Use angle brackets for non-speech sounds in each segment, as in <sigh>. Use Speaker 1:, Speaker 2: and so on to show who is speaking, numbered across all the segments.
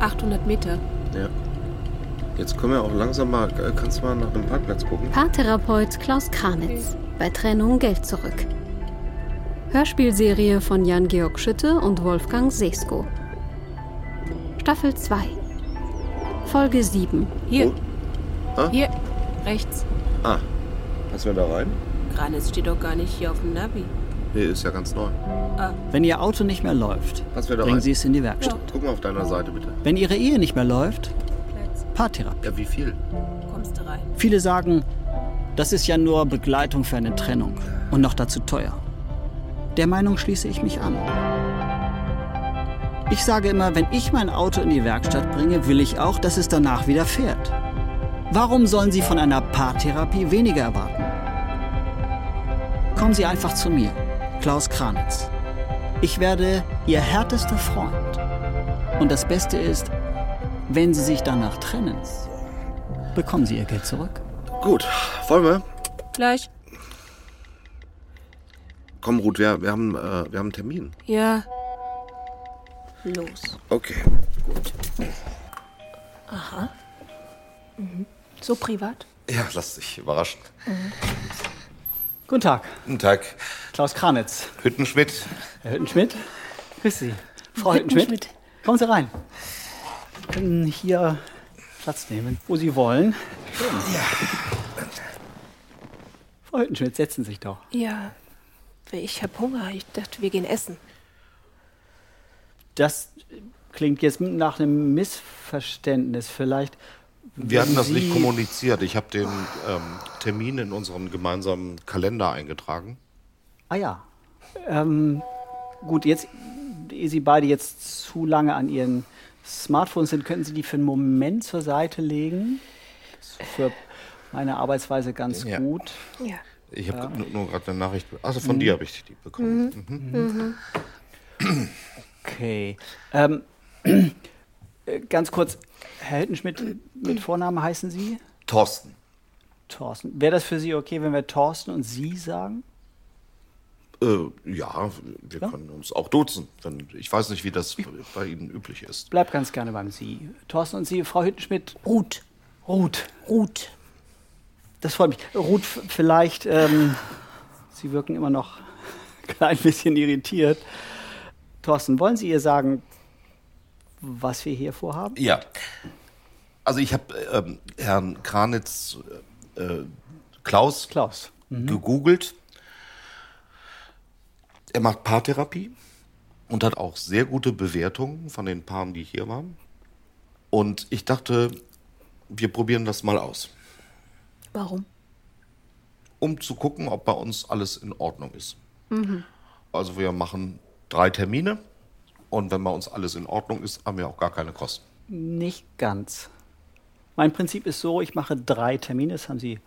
Speaker 1: 100 Meter.
Speaker 2: Ja. Jetzt können wir auch langsam mal, äh, kannst du mal nach dem Parkplatz gucken?
Speaker 3: Paartherapeut Klaus Kranitz. Bei Trennung Geld zurück. Hörspielserie von Jan-Georg Schütte und Wolfgang Sesko. Staffel 2. Folge 7.
Speaker 1: Hier,
Speaker 2: Ah,
Speaker 1: hier, rechts.
Speaker 2: ah. passen wir da rein?
Speaker 1: Granitz steht doch gar nicht hier auf dem Navi.
Speaker 2: Nee, ist ja ganz neu.
Speaker 4: Wenn Ihr Auto nicht mehr läuft,
Speaker 2: Passen wir da
Speaker 4: bringen
Speaker 2: rein.
Speaker 4: Sie es in die Werkstatt.
Speaker 2: Guck mal auf deiner Seite bitte.
Speaker 4: Wenn Ihre Ehe nicht mehr läuft,
Speaker 1: Platz,
Speaker 4: Paartherapie.
Speaker 2: Ja, wie viel?
Speaker 1: kommst du rein.
Speaker 4: Viele sagen, das ist ja nur Begleitung für eine Trennung und noch dazu teuer. Der Meinung schließe ich mich an. Ich sage immer, wenn ich mein Auto in die Werkstatt bringe, will ich auch, dass es danach wieder fährt. Warum sollen Sie von einer Paartherapie weniger erwarten? Kommen Sie einfach zu mir, Klaus Kranitz. Ich werde Ihr härtester Freund. Und das Beste ist, wenn Sie sich danach trennen, bekommen Sie Ihr Geld zurück.
Speaker 2: Gut, wollen wir?
Speaker 1: Gleich.
Speaker 2: Komm, Ruth, wir, wir, haben, äh, wir haben einen Termin.
Speaker 1: Ja. Los.
Speaker 2: Okay.
Speaker 5: Mhm. So privat?
Speaker 6: Ja, lass dich überraschen.
Speaker 4: Guten Tag,
Speaker 6: Guten Tag,
Speaker 4: Klaus Kranitz.
Speaker 6: Hüttenschmidt.
Speaker 4: Herr Hüttenschmidt. Grüß Sie. Frau Hüttenschmidt. Kommen Sie rein. Sie können hier Platz nehmen, wo Sie wollen. Frau Hüttenschmidt, setzen Sie sich doch.
Speaker 5: Ja. Ich habe Hunger. Ich dachte, wir gehen essen.
Speaker 4: Das klingt jetzt nach einem Missverständnis vielleicht.
Speaker 6: Wir hatten das
Speaker 4: Sie-
Speaker 6: nicht kommuniziert. Ich habe den ähm, Termin in unseren gemeinsamen Kalender eingetragen.
Speaker 4: Ah ja. Ähm, gut, jetzt, ehe Sie beide jetzt zu lange an Ihren Smartphones sind, könnten Sie die für einen Moment zur Seite legen. Ist für meine Arbeitsweise ganz
Speaker 6: Ja.
Speaker 4: gut.
Speaker 5: Ja.
Speaker 6: Ich habe nur, nur gerade eine Nachricht. Also von dir habe ich die bekommen. Mhm.
Speaker 4: Okay. Ähm, äh, ganz kurz, Herr Hüttenschmidt, mit Vornamen heißen Sie?
Speaker 6: Thorsten.
Speaker 4: Thorsten. Wäre das für Sie okay, wenn wir Thorsten und Sie sagen?
Speaker 6: Äh, ja, wir können uns auch duzen. Denn ich weiß nicht, wie das bei Ihnen üblich ist.
Speaker 4: Bleibt ganz gerne beim Sie. Thorsten und Sie, Frau Hüttenschmidt.
Speaker 1: Ruth.
Speaker 4: Ruth.
Speaker 1: Ruth.
Speaker 4: Das freut mich. Ruth, f- vielleicht, ähm, Sie wirken immer noch <laughs> ein klein bisschen irritiert. Thorsten, wollen Sie ihr sagen, was wir hier vorhaben?
Speaker 6: Ja. Also ich habe ähm, Herrn Kranitz äh, Klaus,
Speaker 4: Klaus.
Speaker 6: gegoogelt. Er macht Paartherapie und hat auch sehr gute Bewertungen von den Paaren, die hier waren. Und ich dachte, wir probieren das mal aus,
Speaker 5: Warum?
Speaker 6: um zu gucken, ob bei uns alles in Ordnung ist. Also wir machen drei Termine und wenn bei uns alles in Ordnung ist, haben wir auch gar keine Kosten.
Speaker 4: Nicht ganz. Mein Prinzip ist so, ich mache drei Termine, das haben Sie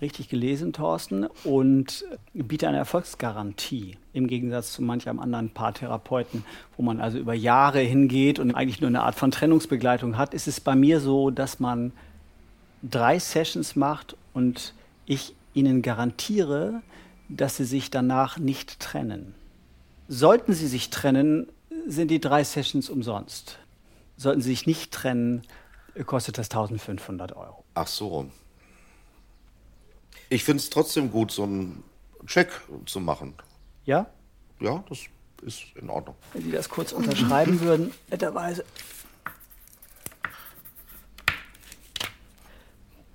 Speaker 4: richtig gelesen, Thorsten, und biete eine Erfolgsgarantie im Gegensatz zu manchem anderen Paartherapeuten, wo man also über Jahre hingeht und eigentlich nur eine Art von Trennungsbegleitung hat, ist es bei mir so, dass man drei Sessions macht und ich Ihnen garantiere, dass Sie sich danach nicht trennen. Sollten Sie sich trennen, sind die drei Sessions umsonst. Sollten Sie sich nicht trennen, kostet das 1500 Euro.
Speaker 6: Ach so. Ich finde es trotzdem gut, so einen Check zu machen.
Speaker 4: Ja?
Speaker 6: Ja, das ist in Ordnung.
Speaker 4: Wenn Sie das kurz unterschreiben würden, netterweise.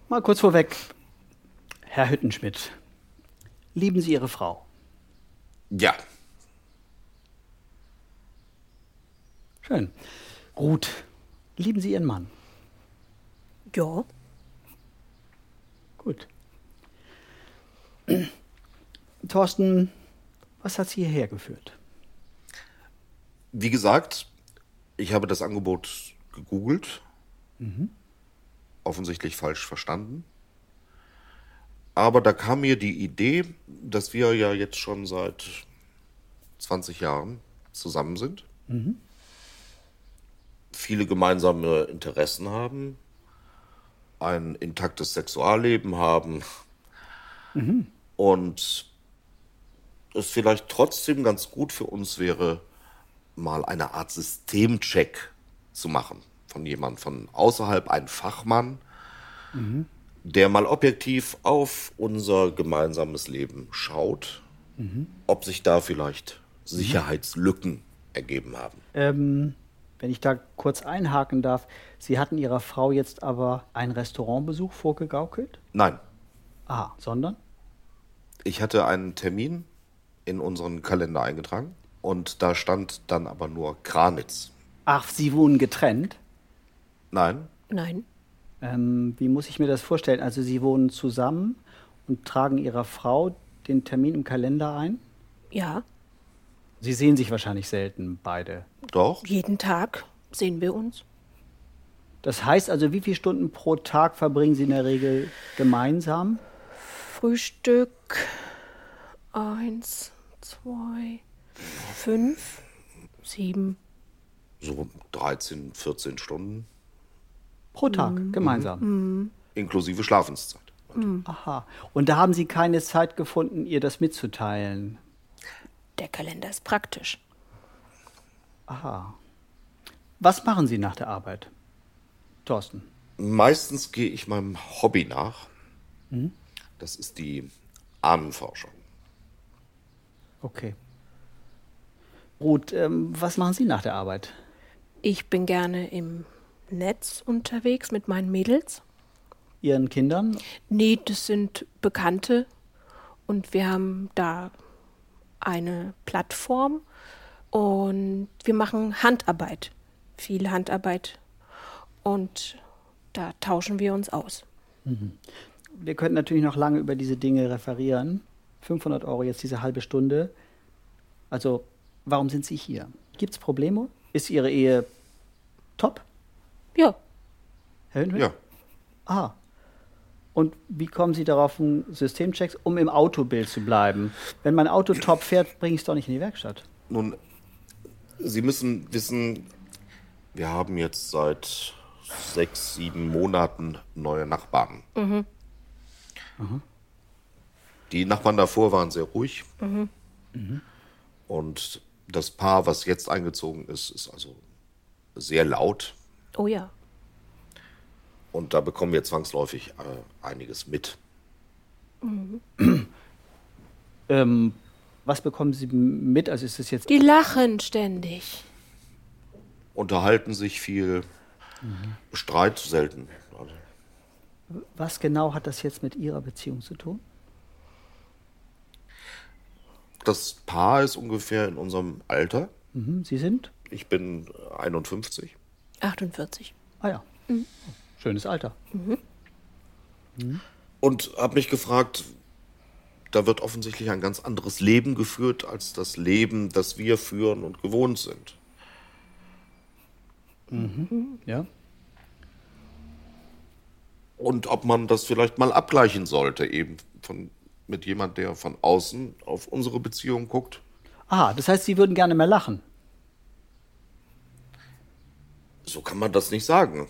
Speaker 4: Mal kurz vorweg. Herr Hüttenschmidt, lieben Sie Ihre Frau?
Speaker 6: Ja.
Speaker 4: Schön. Ruth, lieben Sie Ihren Mann?
Speaker 5: Ja.
Speaker 4: Gut. <clears throat> Thorsten, was hat Sie hierher geführt?
Speaker 6: Wie gesagt, ich habe das Angebot gegoogelt. Offensichtlich falsch verstanden. Aber da kam mir die Idee, dass wir ja jetzt schon seit 20 Jahren zusammen sind. Viele gemeinsame Interessen haben. Ein intaktes Sexualleben haben. Und es vielleicht trotzdem ganz gut für uns wäre, mal eine Art Systemcheck zu machen. von jemand von außerhalb, ein Fachmann, der mal objektiv auf unser gemeinsames Leben schaut, ob sich da vielleicht Sicherheitslücken ergeben haben.
Speaker 4: Ähm, wenn ich da kurz einhaken darf, Sie hatten Ihrer Frau jetzt aber einen Restaurantbesuch vorgegaukelt?
Speaker 6: Nein,
Speaker 4: Ah, sondern?
Speaker 6: ich hatte einen Termin in unseren Kalender eingetragen und da stand dann aber nur Kranitz.
Speaker 4: Ach, Sie wohnen getrennt?
Speaker 6: Nein,
Speaker 5: Nein,
Speaker 4: Ähm, wie muss ich mir das vorstellen? Also Sie wohnen zusammen und tragen Ihrer Frau den Termin im Kalender ein?
Speaker 5: ja,
Speaker 4: Sie sehen sich wahrscheinlich selten, beide.
Speaker 6: doch,
Speaker 5: jeden Tag sehen wir uns.
Speaker 4: Das heißt also, wie viele Stunden pro Tag verbringen Sie in der Regel gemeinsam?
Speaker 5: Frühstück eins, zwei, fünf, sieben.
Speaker 6: so 13, 14 Stunden
Speaker 4: Pro Tag, gemeinsam.
Speaker 6: inklusive Schlafenszeit.
Speaker 4: Aha. Und da haben Sie keine Zeit gefunden, ihr das mitzuteilen.
Speaker 5: Der Kalender ist praktisch.
Speaker 4: Aha. Was machen Sie nach der Arbeit? Thorsten.
Speaker 6: Meistens gehe ich meinem Hobby nach. Das ist die Ahnenforschung.
Speaker 4: Okay. Ruth, ähm, was machen Sie nach der Arbeit?
Speaker 5: Ich bin gerne im Netz unterwegs mit meinen Mädels.
Speaker 4: Ihren Kindern?
Speaker 5: Nee, das sind Bekannte und wir haben da eine Plattform und wir machen Handarbeit, viel Handarbeit und da tauschen wir uns aus.
Speaker 4: Wir könnten natürlich noch lange über diese Dinge referieren. 500 Euro jetzt diese halbe Stunde. Also, warum sind Sie hier? Gibt es Probleme? Ist Ihre Ehe top,
Speaker 5: Ja,
Speaker 4: Herr Hünweg?
Speaker 6: Ja,
Speaker 4: Ah. Und wie kommen Sie darauf, einen Systemchecks, um im Autobild zu bleiben? Wenn mein Auto top fährt, bringe ich es doch nicht in die Werkstatt.
Speaker 6: nun, Sie müssen wissen, wir haben jetzt seit sechs, sieben Monaten neue Nachbarn. Die Nachbarn davor waren sehr ruhig. Und das Paar, was jetzt eingezogen ist, ist also sehr laut.
Speaker 5: oh ja.
Speaker 6: Und da bekommen wir zwangsläufig äh, einiges mit.
Speaker 4: Ähm, was bekommen Sie m- mit? Also ist es jetzt
Speaker 5: Die lachen ständig.
Speaker 6: Unterhalten sich viel, Streit selten. Also,
Speaker 4: Was genau hat das jetzt mit Ihrer Beziehung zu tun?
Speaker 6: Das Paar ist ungefähr in unserem Alter.
Speaker 4: Mhm, Sie sind?
Speaker 6: Ich bin 51.
Speaker 5: 48.
Speaker 4: Ah ja. Schönes Alter.
Speaker 6: Und habe mich gefragt, da wird offensichtlich ein ganz anderes Leben geführt als das Leben, das wir führen und gewohnt sind.
Speaker 4: Ja.
Speaker 6: Und ob man das vielleicht mal abgleichen sollte, eben von, mit jemand, der von außen auf unsere Beziehung guckt.
Speaker 4: Ah, das heißt, Sie würden gerne mehr lachen.
Speaker 6: So kann man das nicht sagen.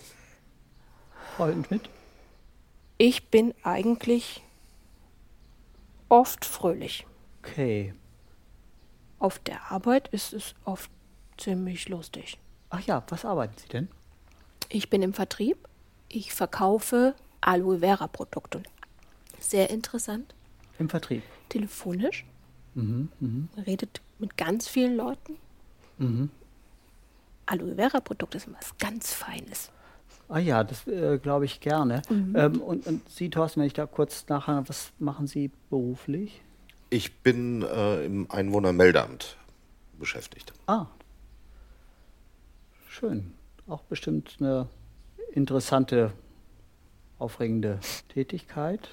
Speaker 4: Frau Hültenschmidt?
Speaker 5: Ich bin eigentlich oft fröhlich.
Speaker 4: Okay.
Speaker 5: Auf der Arbeit ist es oft ziemlich lustig.
Speaker 4: Ach ja, was arbeiten Sie denn?
Speaker 5: Ich bin im Vertrieb. Ich verkaufe Aloe Vera Produkte. Sehr interessant.
Speaker 4: Im Vertrieb.
Speaker 5: Telefonisch.
Speaker 4: Mhm,
Speaker 5: Man Redet mit ganz vielen Leuten.
Speaker 4: Mhm.
Speaker 5: Aloe Vera Produkte sind was ganz Feines.
Speaker 4: Ah ja, das äh, glaube ich gerne. Ähm, und, und Sie, Thorsten, wenn ich da kurz nachhöre, was machen Sie beruflich?
Speaker 6: Ich bin äh, im Einwohnermeldeamt beschäftigt.
Speaker 4: Ah. Schön. Auch bestimmt eine interessante, aufregende Tätigkeit.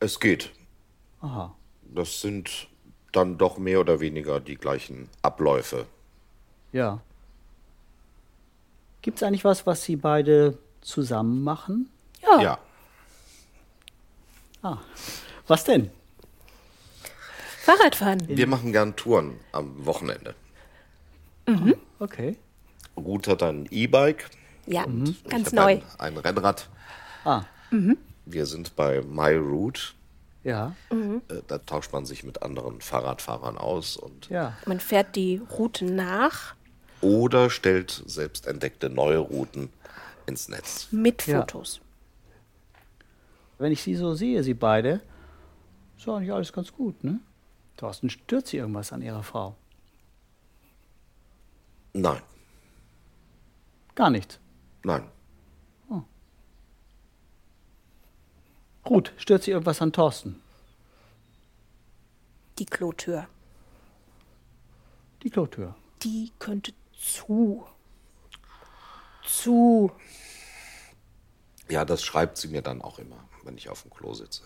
Speaker 6: Es geht.
Speaker 4: Aha.
Speaker 6: Das sind dann doch mehr oder weniger die gleichen Abläufe.
Speaker 4: Ja. Gibt es eigentlich was, was Sie beide zusammen machen?
Speaker 5: Ja,
Speaker 6: Ja.
Speaker 4: Ah, was denn?
Speaker 5: Fahrradfahren.
Speaker 6: Wir machen gern Touren am Wochenende.
Speaker 4: Okay.
Speaker 6: Ruth hat ein E-Bike.
Speaker 5: Ja,
Speaker 4: Mhm.
Speaker 5: ganz
Speaker 6: ich
Speaker 5: neu.
Speaker 6: Ein, ein Rennrad.
Speaker 4: Ah,
Speaker 6: Wir sind bei MyRoute.
Speaker 4: ja,
Speaker 6: Äh, Da tauscht man sich mit anderen Fahrradfahrern aus und
Speaker 4: ja.
Speaker 5: Man fährt die Route nach.
Speaker 6: oder stellt selbst entdeckte neue Routen ins Netz.
Speaker 5: Mit
Speaker 4: Ja.
Speaker 5: Fotos.
Speaker 4: Wenn ich sie so sehe, sie beide, ist doch eigentlich alles ganz gut, ne? Thorsten, stört sie irgendwas an ihrer Frau?
Speaker 6: Nein,
Speaker 4: Gar nichts.
Speaker 6: nein.
Speaker 4: Ruth, stört sie irgendwas an Thorsten?
Speaker 5: Die Klotür.
Speaker 4: Die Klotür.
Speaker 5: Die könnte zu. Zu.
Speaker 6: Ja, das schreibt sie mir dann auch immer, wenn ich auf dem Klo sitze.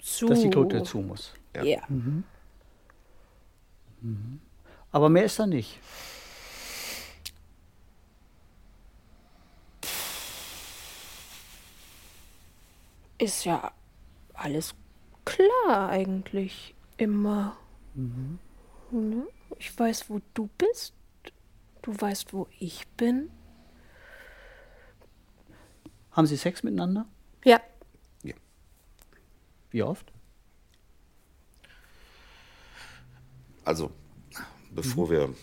Speaker 5: Zu.
Speaker 4: Dass die Klotür zu muss.
Speaker 5: Ja.
Speaker 4: Aber mehr ist da nicht.
Speaker 5: Ist ja alles klar eigentlich immer. Ne? Ich weiß, wo du bist. Du weißt, wo ich bin.
Speaker 4: Haben sie Sex miteinander?
Speaker 5: Ja.
Speaker 6: Ja.
Speaker 4: Wie oft?
Speaker 6: Also,
Speaker 5: Mhm.
Speaker 6: bevor wir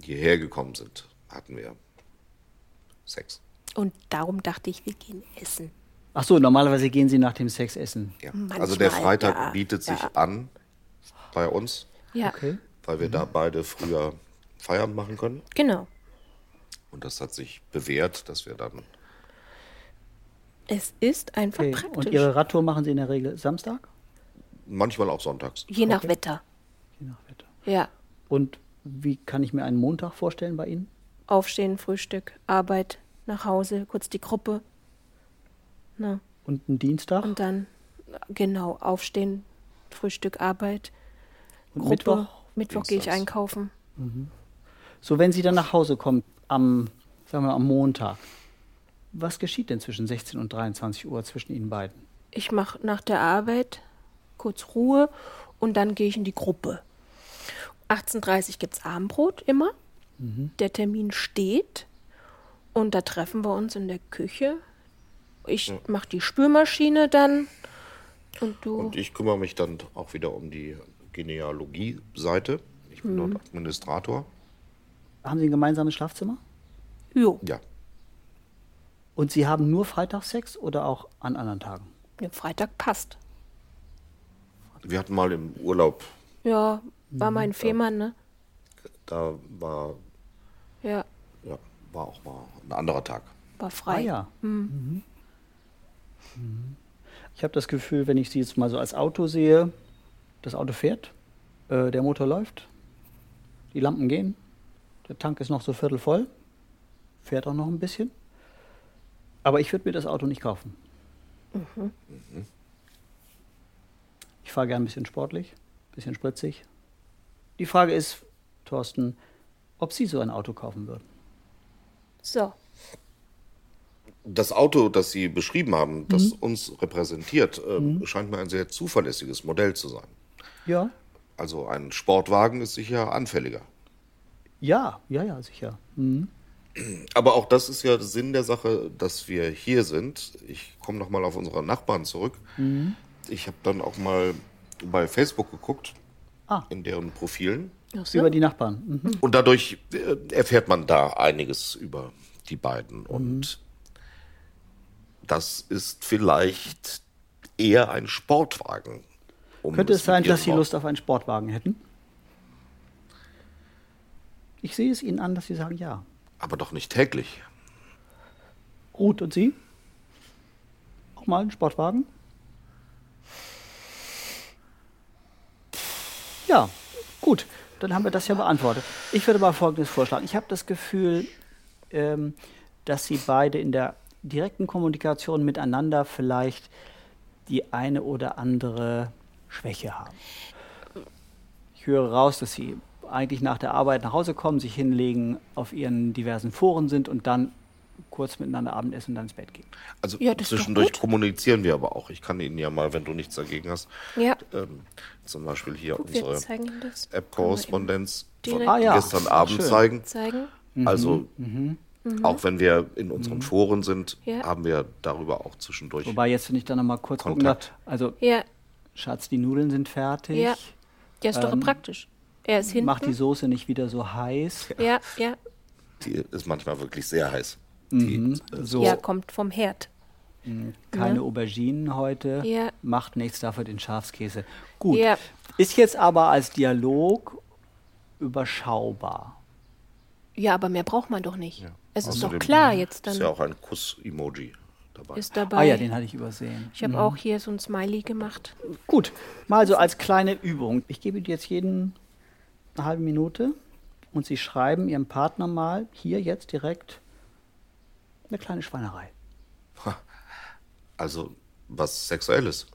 Speaker 6: hierher gekommen sind, hatten wir Sex.
Speaker 5: Und darum dachte ich, wir gehen essen.
Speaker 4: Ach so, normalerweise gehen sie nach dem Sex essen.
Speaker 6: Ja.
Speaker 5: Manchmal,
Speaker 6: Also der Freitag
Speaker 5: ja,
Speaker 6: bietet sich
Speaker 5: ja.
Speaker 6: an bei uns,
Speaker 5: Ja,
Speaker 4: Okay.
Speaker 6: weil wir
Speaker 5: Mhm.
Speaker 6: da beide früher Feierabend machen können.
Speaker 5: genau.
Speaker 6: Und das hat sich bewährt, dass wir dann
Speaker 5: Es ist einfach
Speaker 4: okay.
Speaker 5: praktisch.
Speaker 4: Und ihre Radtour machen sie in der Regel Samstag?
Speaker 6: manchmal auch sonntags.
Speaker 5: Je nach Wetter.
Speaker 4: Je nach Wetter.
Speaker 5: Ja.
Speaker 4: Und wie kann ich mir einen Montag vorstellen bei Ihnen?
Speaker 5: Aufstehen, Frühstück, Arbeit, nach Hause, kurz die Gruppe. Na,
Speaker 4: Und einen Dienstag?
Speaker 5: und dann, genau, aufstehen, Frühstück, Arbeit,
Speaker 4: Und
Speaker 5: Gruppe.
Speaker 4: Mittwoch?
Speaker 5: Mittwoch gehe ich
Speaker 6: Dienstags.
Speaker 5: einkaufen.
Speaker 4: So, wenn sie dann nach Hause kommt am, sagen wir, am Montag, was geschieht denn zwischen 16 und 23 Uhr zwischen Ihnen beiden?
Speaker 5: Ich mache nach der Arbeit kurz Ruhe und dann gehe ich in die Gruppe. 18.30 Uhr gibt es Abendbrot immer.
Speaker 4: Mhm.
Speaker 5: Der Termin steht und da treffen wir uns in der Küche. Ich mache die Spülmaschine dann und du.
Speaker 6: Und ich kümmere mich dann auch wieder um die Genealogie-Seite. Ich bin
Speaker 5: Mhm.
Speaker 6: dort Administrator.
Speaker 4: Haben Sie ein gemeinsames Schlafzimmer?
Speaker 5: jo,
Speaker 6: Ja,
Speaker 4: Und Sie haben nur Freitagssex oder auch an anderen Tagen?
Speaker 5: ja, Freitag passt.
Speaker 6: wir hatten mal im Urlaub,
Speaker 5: Ja, war
Speaker 4: Mhm.
Speaker 5: mein Fehmarn, ne?
Speaker 6: da war,
Speaker 5: Ja,
Speaker 6: ja, war auch mal ein anderer Tag.
Speaker 5: war frei.
Speaker 4: Ah ja. Mhm. Ich habe das Gefühl, wenn ich sie jetzt mal so als Auto sehe, das Auto fährt, äh, der Motor läuft, die Lampen gehen, der Tank ist noch so viertel voll, fährt auch noch ein bisschen. Aber ich würde mir das Auto nicht kaufen. Mhm. Ich fahre gern ein bisschen sportlich, ein bisschen spritzig. Die Frage ist, Thorsten, ob Sie so ein Auto kaufen würden.
Speaker 5: So,
Speaker 6: Das Auto, das Sie beschrieben haben, das uns repräsentiert, äh, scheint mir ein sehr zuverlässiges Modell zu sein.
Speaker 4: Ja,
Speaker 6: Also ein Sportwagen ist sicher anfälliger.
Speaker 4: ja, ja, ja, sicher.
Speaker 6: Aber auch das ist ja Sinn der Sache, dass wir hier sind. Ich komme nochmal auf unsere Nachbarn zurück. Ich habe dann auch mal bei Facebook geguckt,
Speaker 4: Ah.
Speaker 6: in deren Profilen.
Speaker 4: Über die Nachbarn. Mhm.
Speaker 6: Und dadurch äh, erfährt man da einiges über die
Speaker 4: Mhm.
Speaker 6: beiden. Und das ist vielleicht eher ein Sportwagen. um
Speaker 4: Könnte es sein,
Speaker 6: mit ihrem
Speaker 4: dass Sie
Speaker 6: Wort-
Speaker 4: Lust auf einen Sportwagen hätten? Ich sehe es Ihnen an, dass Sie sagen ja.
Speaker 6: Aber doch nicht täglich.
Speaker 4: Ruth und Sie? Auch mal einen Sportwagen? Ja, gut. Dann haben wir das ja beantwortet. Ich würde mal Folgendes vorschlagen. Ich habe das Gefühl, ähm, dass Sie beide in der direkten Kommunikation miteinander vielleicht die eine oder andere Schwäche haben. Ich höre raus, dass Sie eigentlich nach der Arbeit nach Hause kommen, sich hinlegen, auf Ihren diversen Foren sind und dann kurz miteinander Abendessen und dann ins Bett gehen.
Speaker 6: Also
Speaker 5: Ja, das ist doch
Speaker 6: zwischendurch
Speaker 5: gut.
Speaker 6: kommunizieren wir aber auch. Ich kann Ihnen ja mal, wenn du nichts dagegen hast,
Speaker 5: ja.
Speaker 6: ähm, zum Beispiel hier
Speaker 5: Guck, wir
Speaker 6: unsere
Speaker 5: zeigen Ihnen das.
Speaker 6: App-Korrespondenz von
Speaker 5: direkt- Ah,
Speaker 4: ja.
Speaker 6: gestern Abend
Speaker 4: Schön. Mhm,
Speaker 6: zeigen.
Speaker 5: Zeigen.
Speaker 6: Also auch wenn wir in unseren Foren sind,
Speaker 5: Ja.
Speaker 6: haben wir darüber auch zwischendurch.
Speaker 4: Wobei jetzt, wenn ich da nochmal kurz gucken darf,
Speaker 6: Kontakt.
Speaker 4: also
Speaker 5: Ja,
Speaker 4: Schatz, die Nudeln sind fertig.
Speaker 5: Ja. ja, ist doch
Speaker 4: Ähm,
Speaker 5: praktisch. Er ist hinten.
Speaker 4: Mach die Soße nicht wieder so heiß.
Speaker 5: ja, ja,
Speaker 6: die ist manchmal wirklich sehr heiß. Die, äh,
Speaker 4: So,
Speaker 5: Ja, kommt vom Herd.
Speaker 4: keine Auberginen heute,
Speaker 5: Ja.
Speaker 4: macht nichts dafür den Schafskäse. Gut,
Speaker 5: Ja.
Speaker 4: ist jetzt aber als Dialog überschaubar.
Speaker 5: Ja, aber mehr braucht man doch nicht. Es ist doch
Speaker 6: Außerdem
Speaker 5: klar jetzt dann.
Speaker 6: ist ja auch ein Kuss-Emoji dabei.
Speaker 5: ist dabei.
Speaker 4: Ah ja, den mhm. hatte ich übersehen.
Speaker 5: ich habe auch hier so ein Smiley gemacht.
Speaker 4: Gut, mal so als kleine Übung. Ich gebe dir jetzt jeden eine halbe Minute und Sie schreiben Ihrem Partner mal hier jetzt direkt eine kleine Schweinerei.
Speaker 6: also was Sexuelles.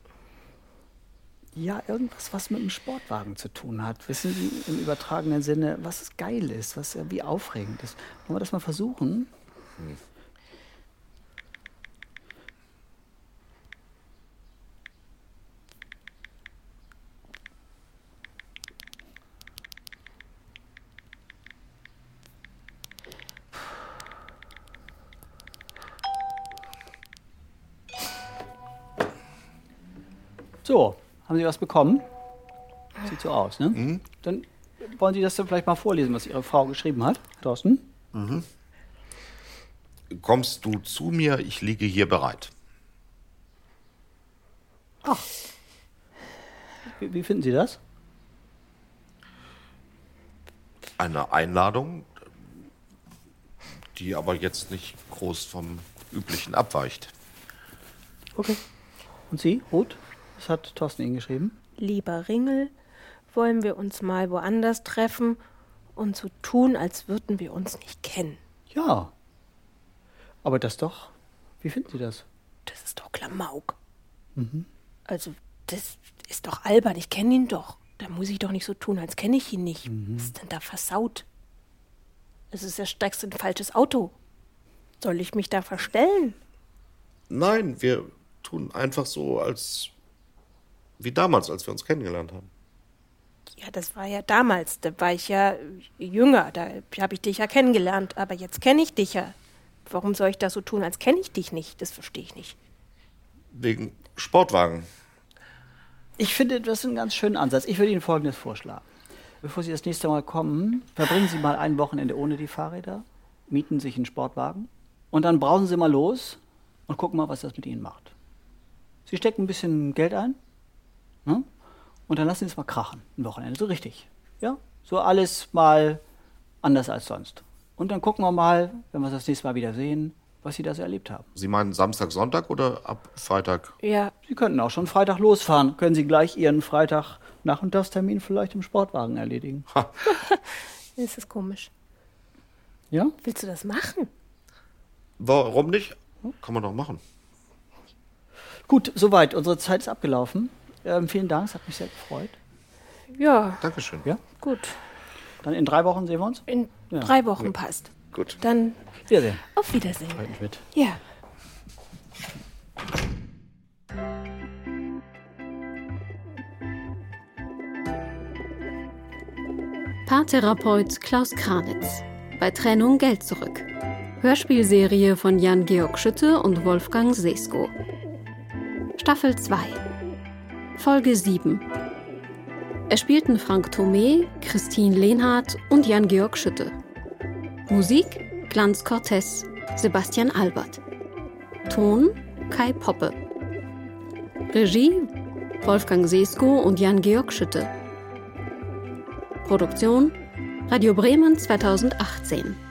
Speaker 4: Ja, irgendwas, was mit dem Sportwagen zu tun hat. Wissen Sie im übertragenen Sinne, was geil ist, was irgendwie aufregend ist. Wollen wir das mal versuchen? So, haben Sie was bekommen? Sieht so aus, ne? Dann wollen Sie das dann vielleicht mal vorlesen, was Ihre Frau geschrieben hat, Thorsten?
Speaker 6: Kommst du zu mir, ich liege hier bereit.
Speaker 4: Wie, wie finden Sie das?
Speaker 6: Eine Einladung, die aber jetzt nicht groß vom üblichen abweicht.
Speaker 4: Okay. Und Sie, Ruth? Was hat Thorsten Ihnen geschrieben?
Speaker 5: Lieber Ringel, wollen wir uns mal woanders treffen und so tun, als würden wir uns nicht kennen.
Speaker 4: Ja. Aber das doch. Wie finden Sie das?
Speaker 5: Das ist doch Klamauk.
Speaker 4: Mhm.
Speaker 5: Also, das ist doch albern. Ich kenne ihn doch. Da muss ich doch nicht so tun, als kenne ich ihn nicht.
Speaker 4: Mhm.
Speaker 5: Was ist denn da versaut? Es ist ja steigst in ein falsches Auto. Soll ich mich da verstellen?
Speaker 6: Nein, wir tun einfach so, als wie damals, als wir uns kennengelernt haben.
Speaker 5: Ja, das war ja damals. Da war ich ja äh, jünger. Da habe ich dich ja kennengelernt. Aber jetzt kenne ich dich ja. Warum soll ich das so tun, als kenne ich dich nicht? Das verstehe ich nicht.
Speaker 6: Wegen Sportwagen.
Speaker 4: Ich finde, das ist ein ganz schöner Ansatz. Ich würde Ihnen Folgendes vorschlagen. Bevor Sie das nächste Mal kommen, verbringen Sie mal ein Wochenende ohne die Fahrräder, mieten sich einen Sportwagen und dann brausen Sie mal los und gucken mal, was das mit Ihnen macht. Sie stecken ein bisschen Geld ein ne? und dann lassen Sie es mal krachen, ein Wochenende, so richtig. Ja? So alles mal anders als sonst. Und dann gucken wir mal, wenn wir es das nächste Mal wieder sehen, was Sie da so erlebt haben.
Speaker 6: Sie meinen Samstag, Sonntag oder ab Freitag?
Speaker 5: Ja,
Speaker 4: Sie könnten auch schon Freitag losfahren. Können Sie gleich Ihren Freitagnachmittagstermin vielleicht im Sportwagen erledigen?
Speaker 5: das ist komisch.
Speaker 4: Ja?
Speaker 5: Willst du das machen?
Speaker 6: Warum nicht? Kann man doch machen.
Speaker 4: Gut, soweit. Unsere Zeit ist abgelaufen. Ähm, vielen Dank, es hat mich sehr gefreut.
Speaker 5: Ja,
Speaker 6: Dankeschön.
Speaker 4: Ja?
Speaker 5: gut.
Speaker 4: Dann in drei Wochen sehen wir uns.
Speaker 5: In drei Wochen passt.
Speaker 6: Gut.
Speaker 5: Dann
Speaker 4: Wiedersehen.
Speaker 5: auf Wiedersehen.
Speaker 4: Schmidt.
Speaker 5: Ja.
Speaker 3: Paartherapeut Klaus Kranitz. Bei Trennung Geld zurück. Hörspielserie von Jan-Georg Schütte und Wolfgang Sesko. Staffel 2. Folge 7. Es spielten Frank Thome, Christine Lehnhardt und Jan-Georg Schütte. Musik Glanz Cortez, Sebastian Albert. Ton Kai Poppe. Regie Wolfgang Sesko und Jan-Georg Schütte. Produktion Radio Bremen 2018.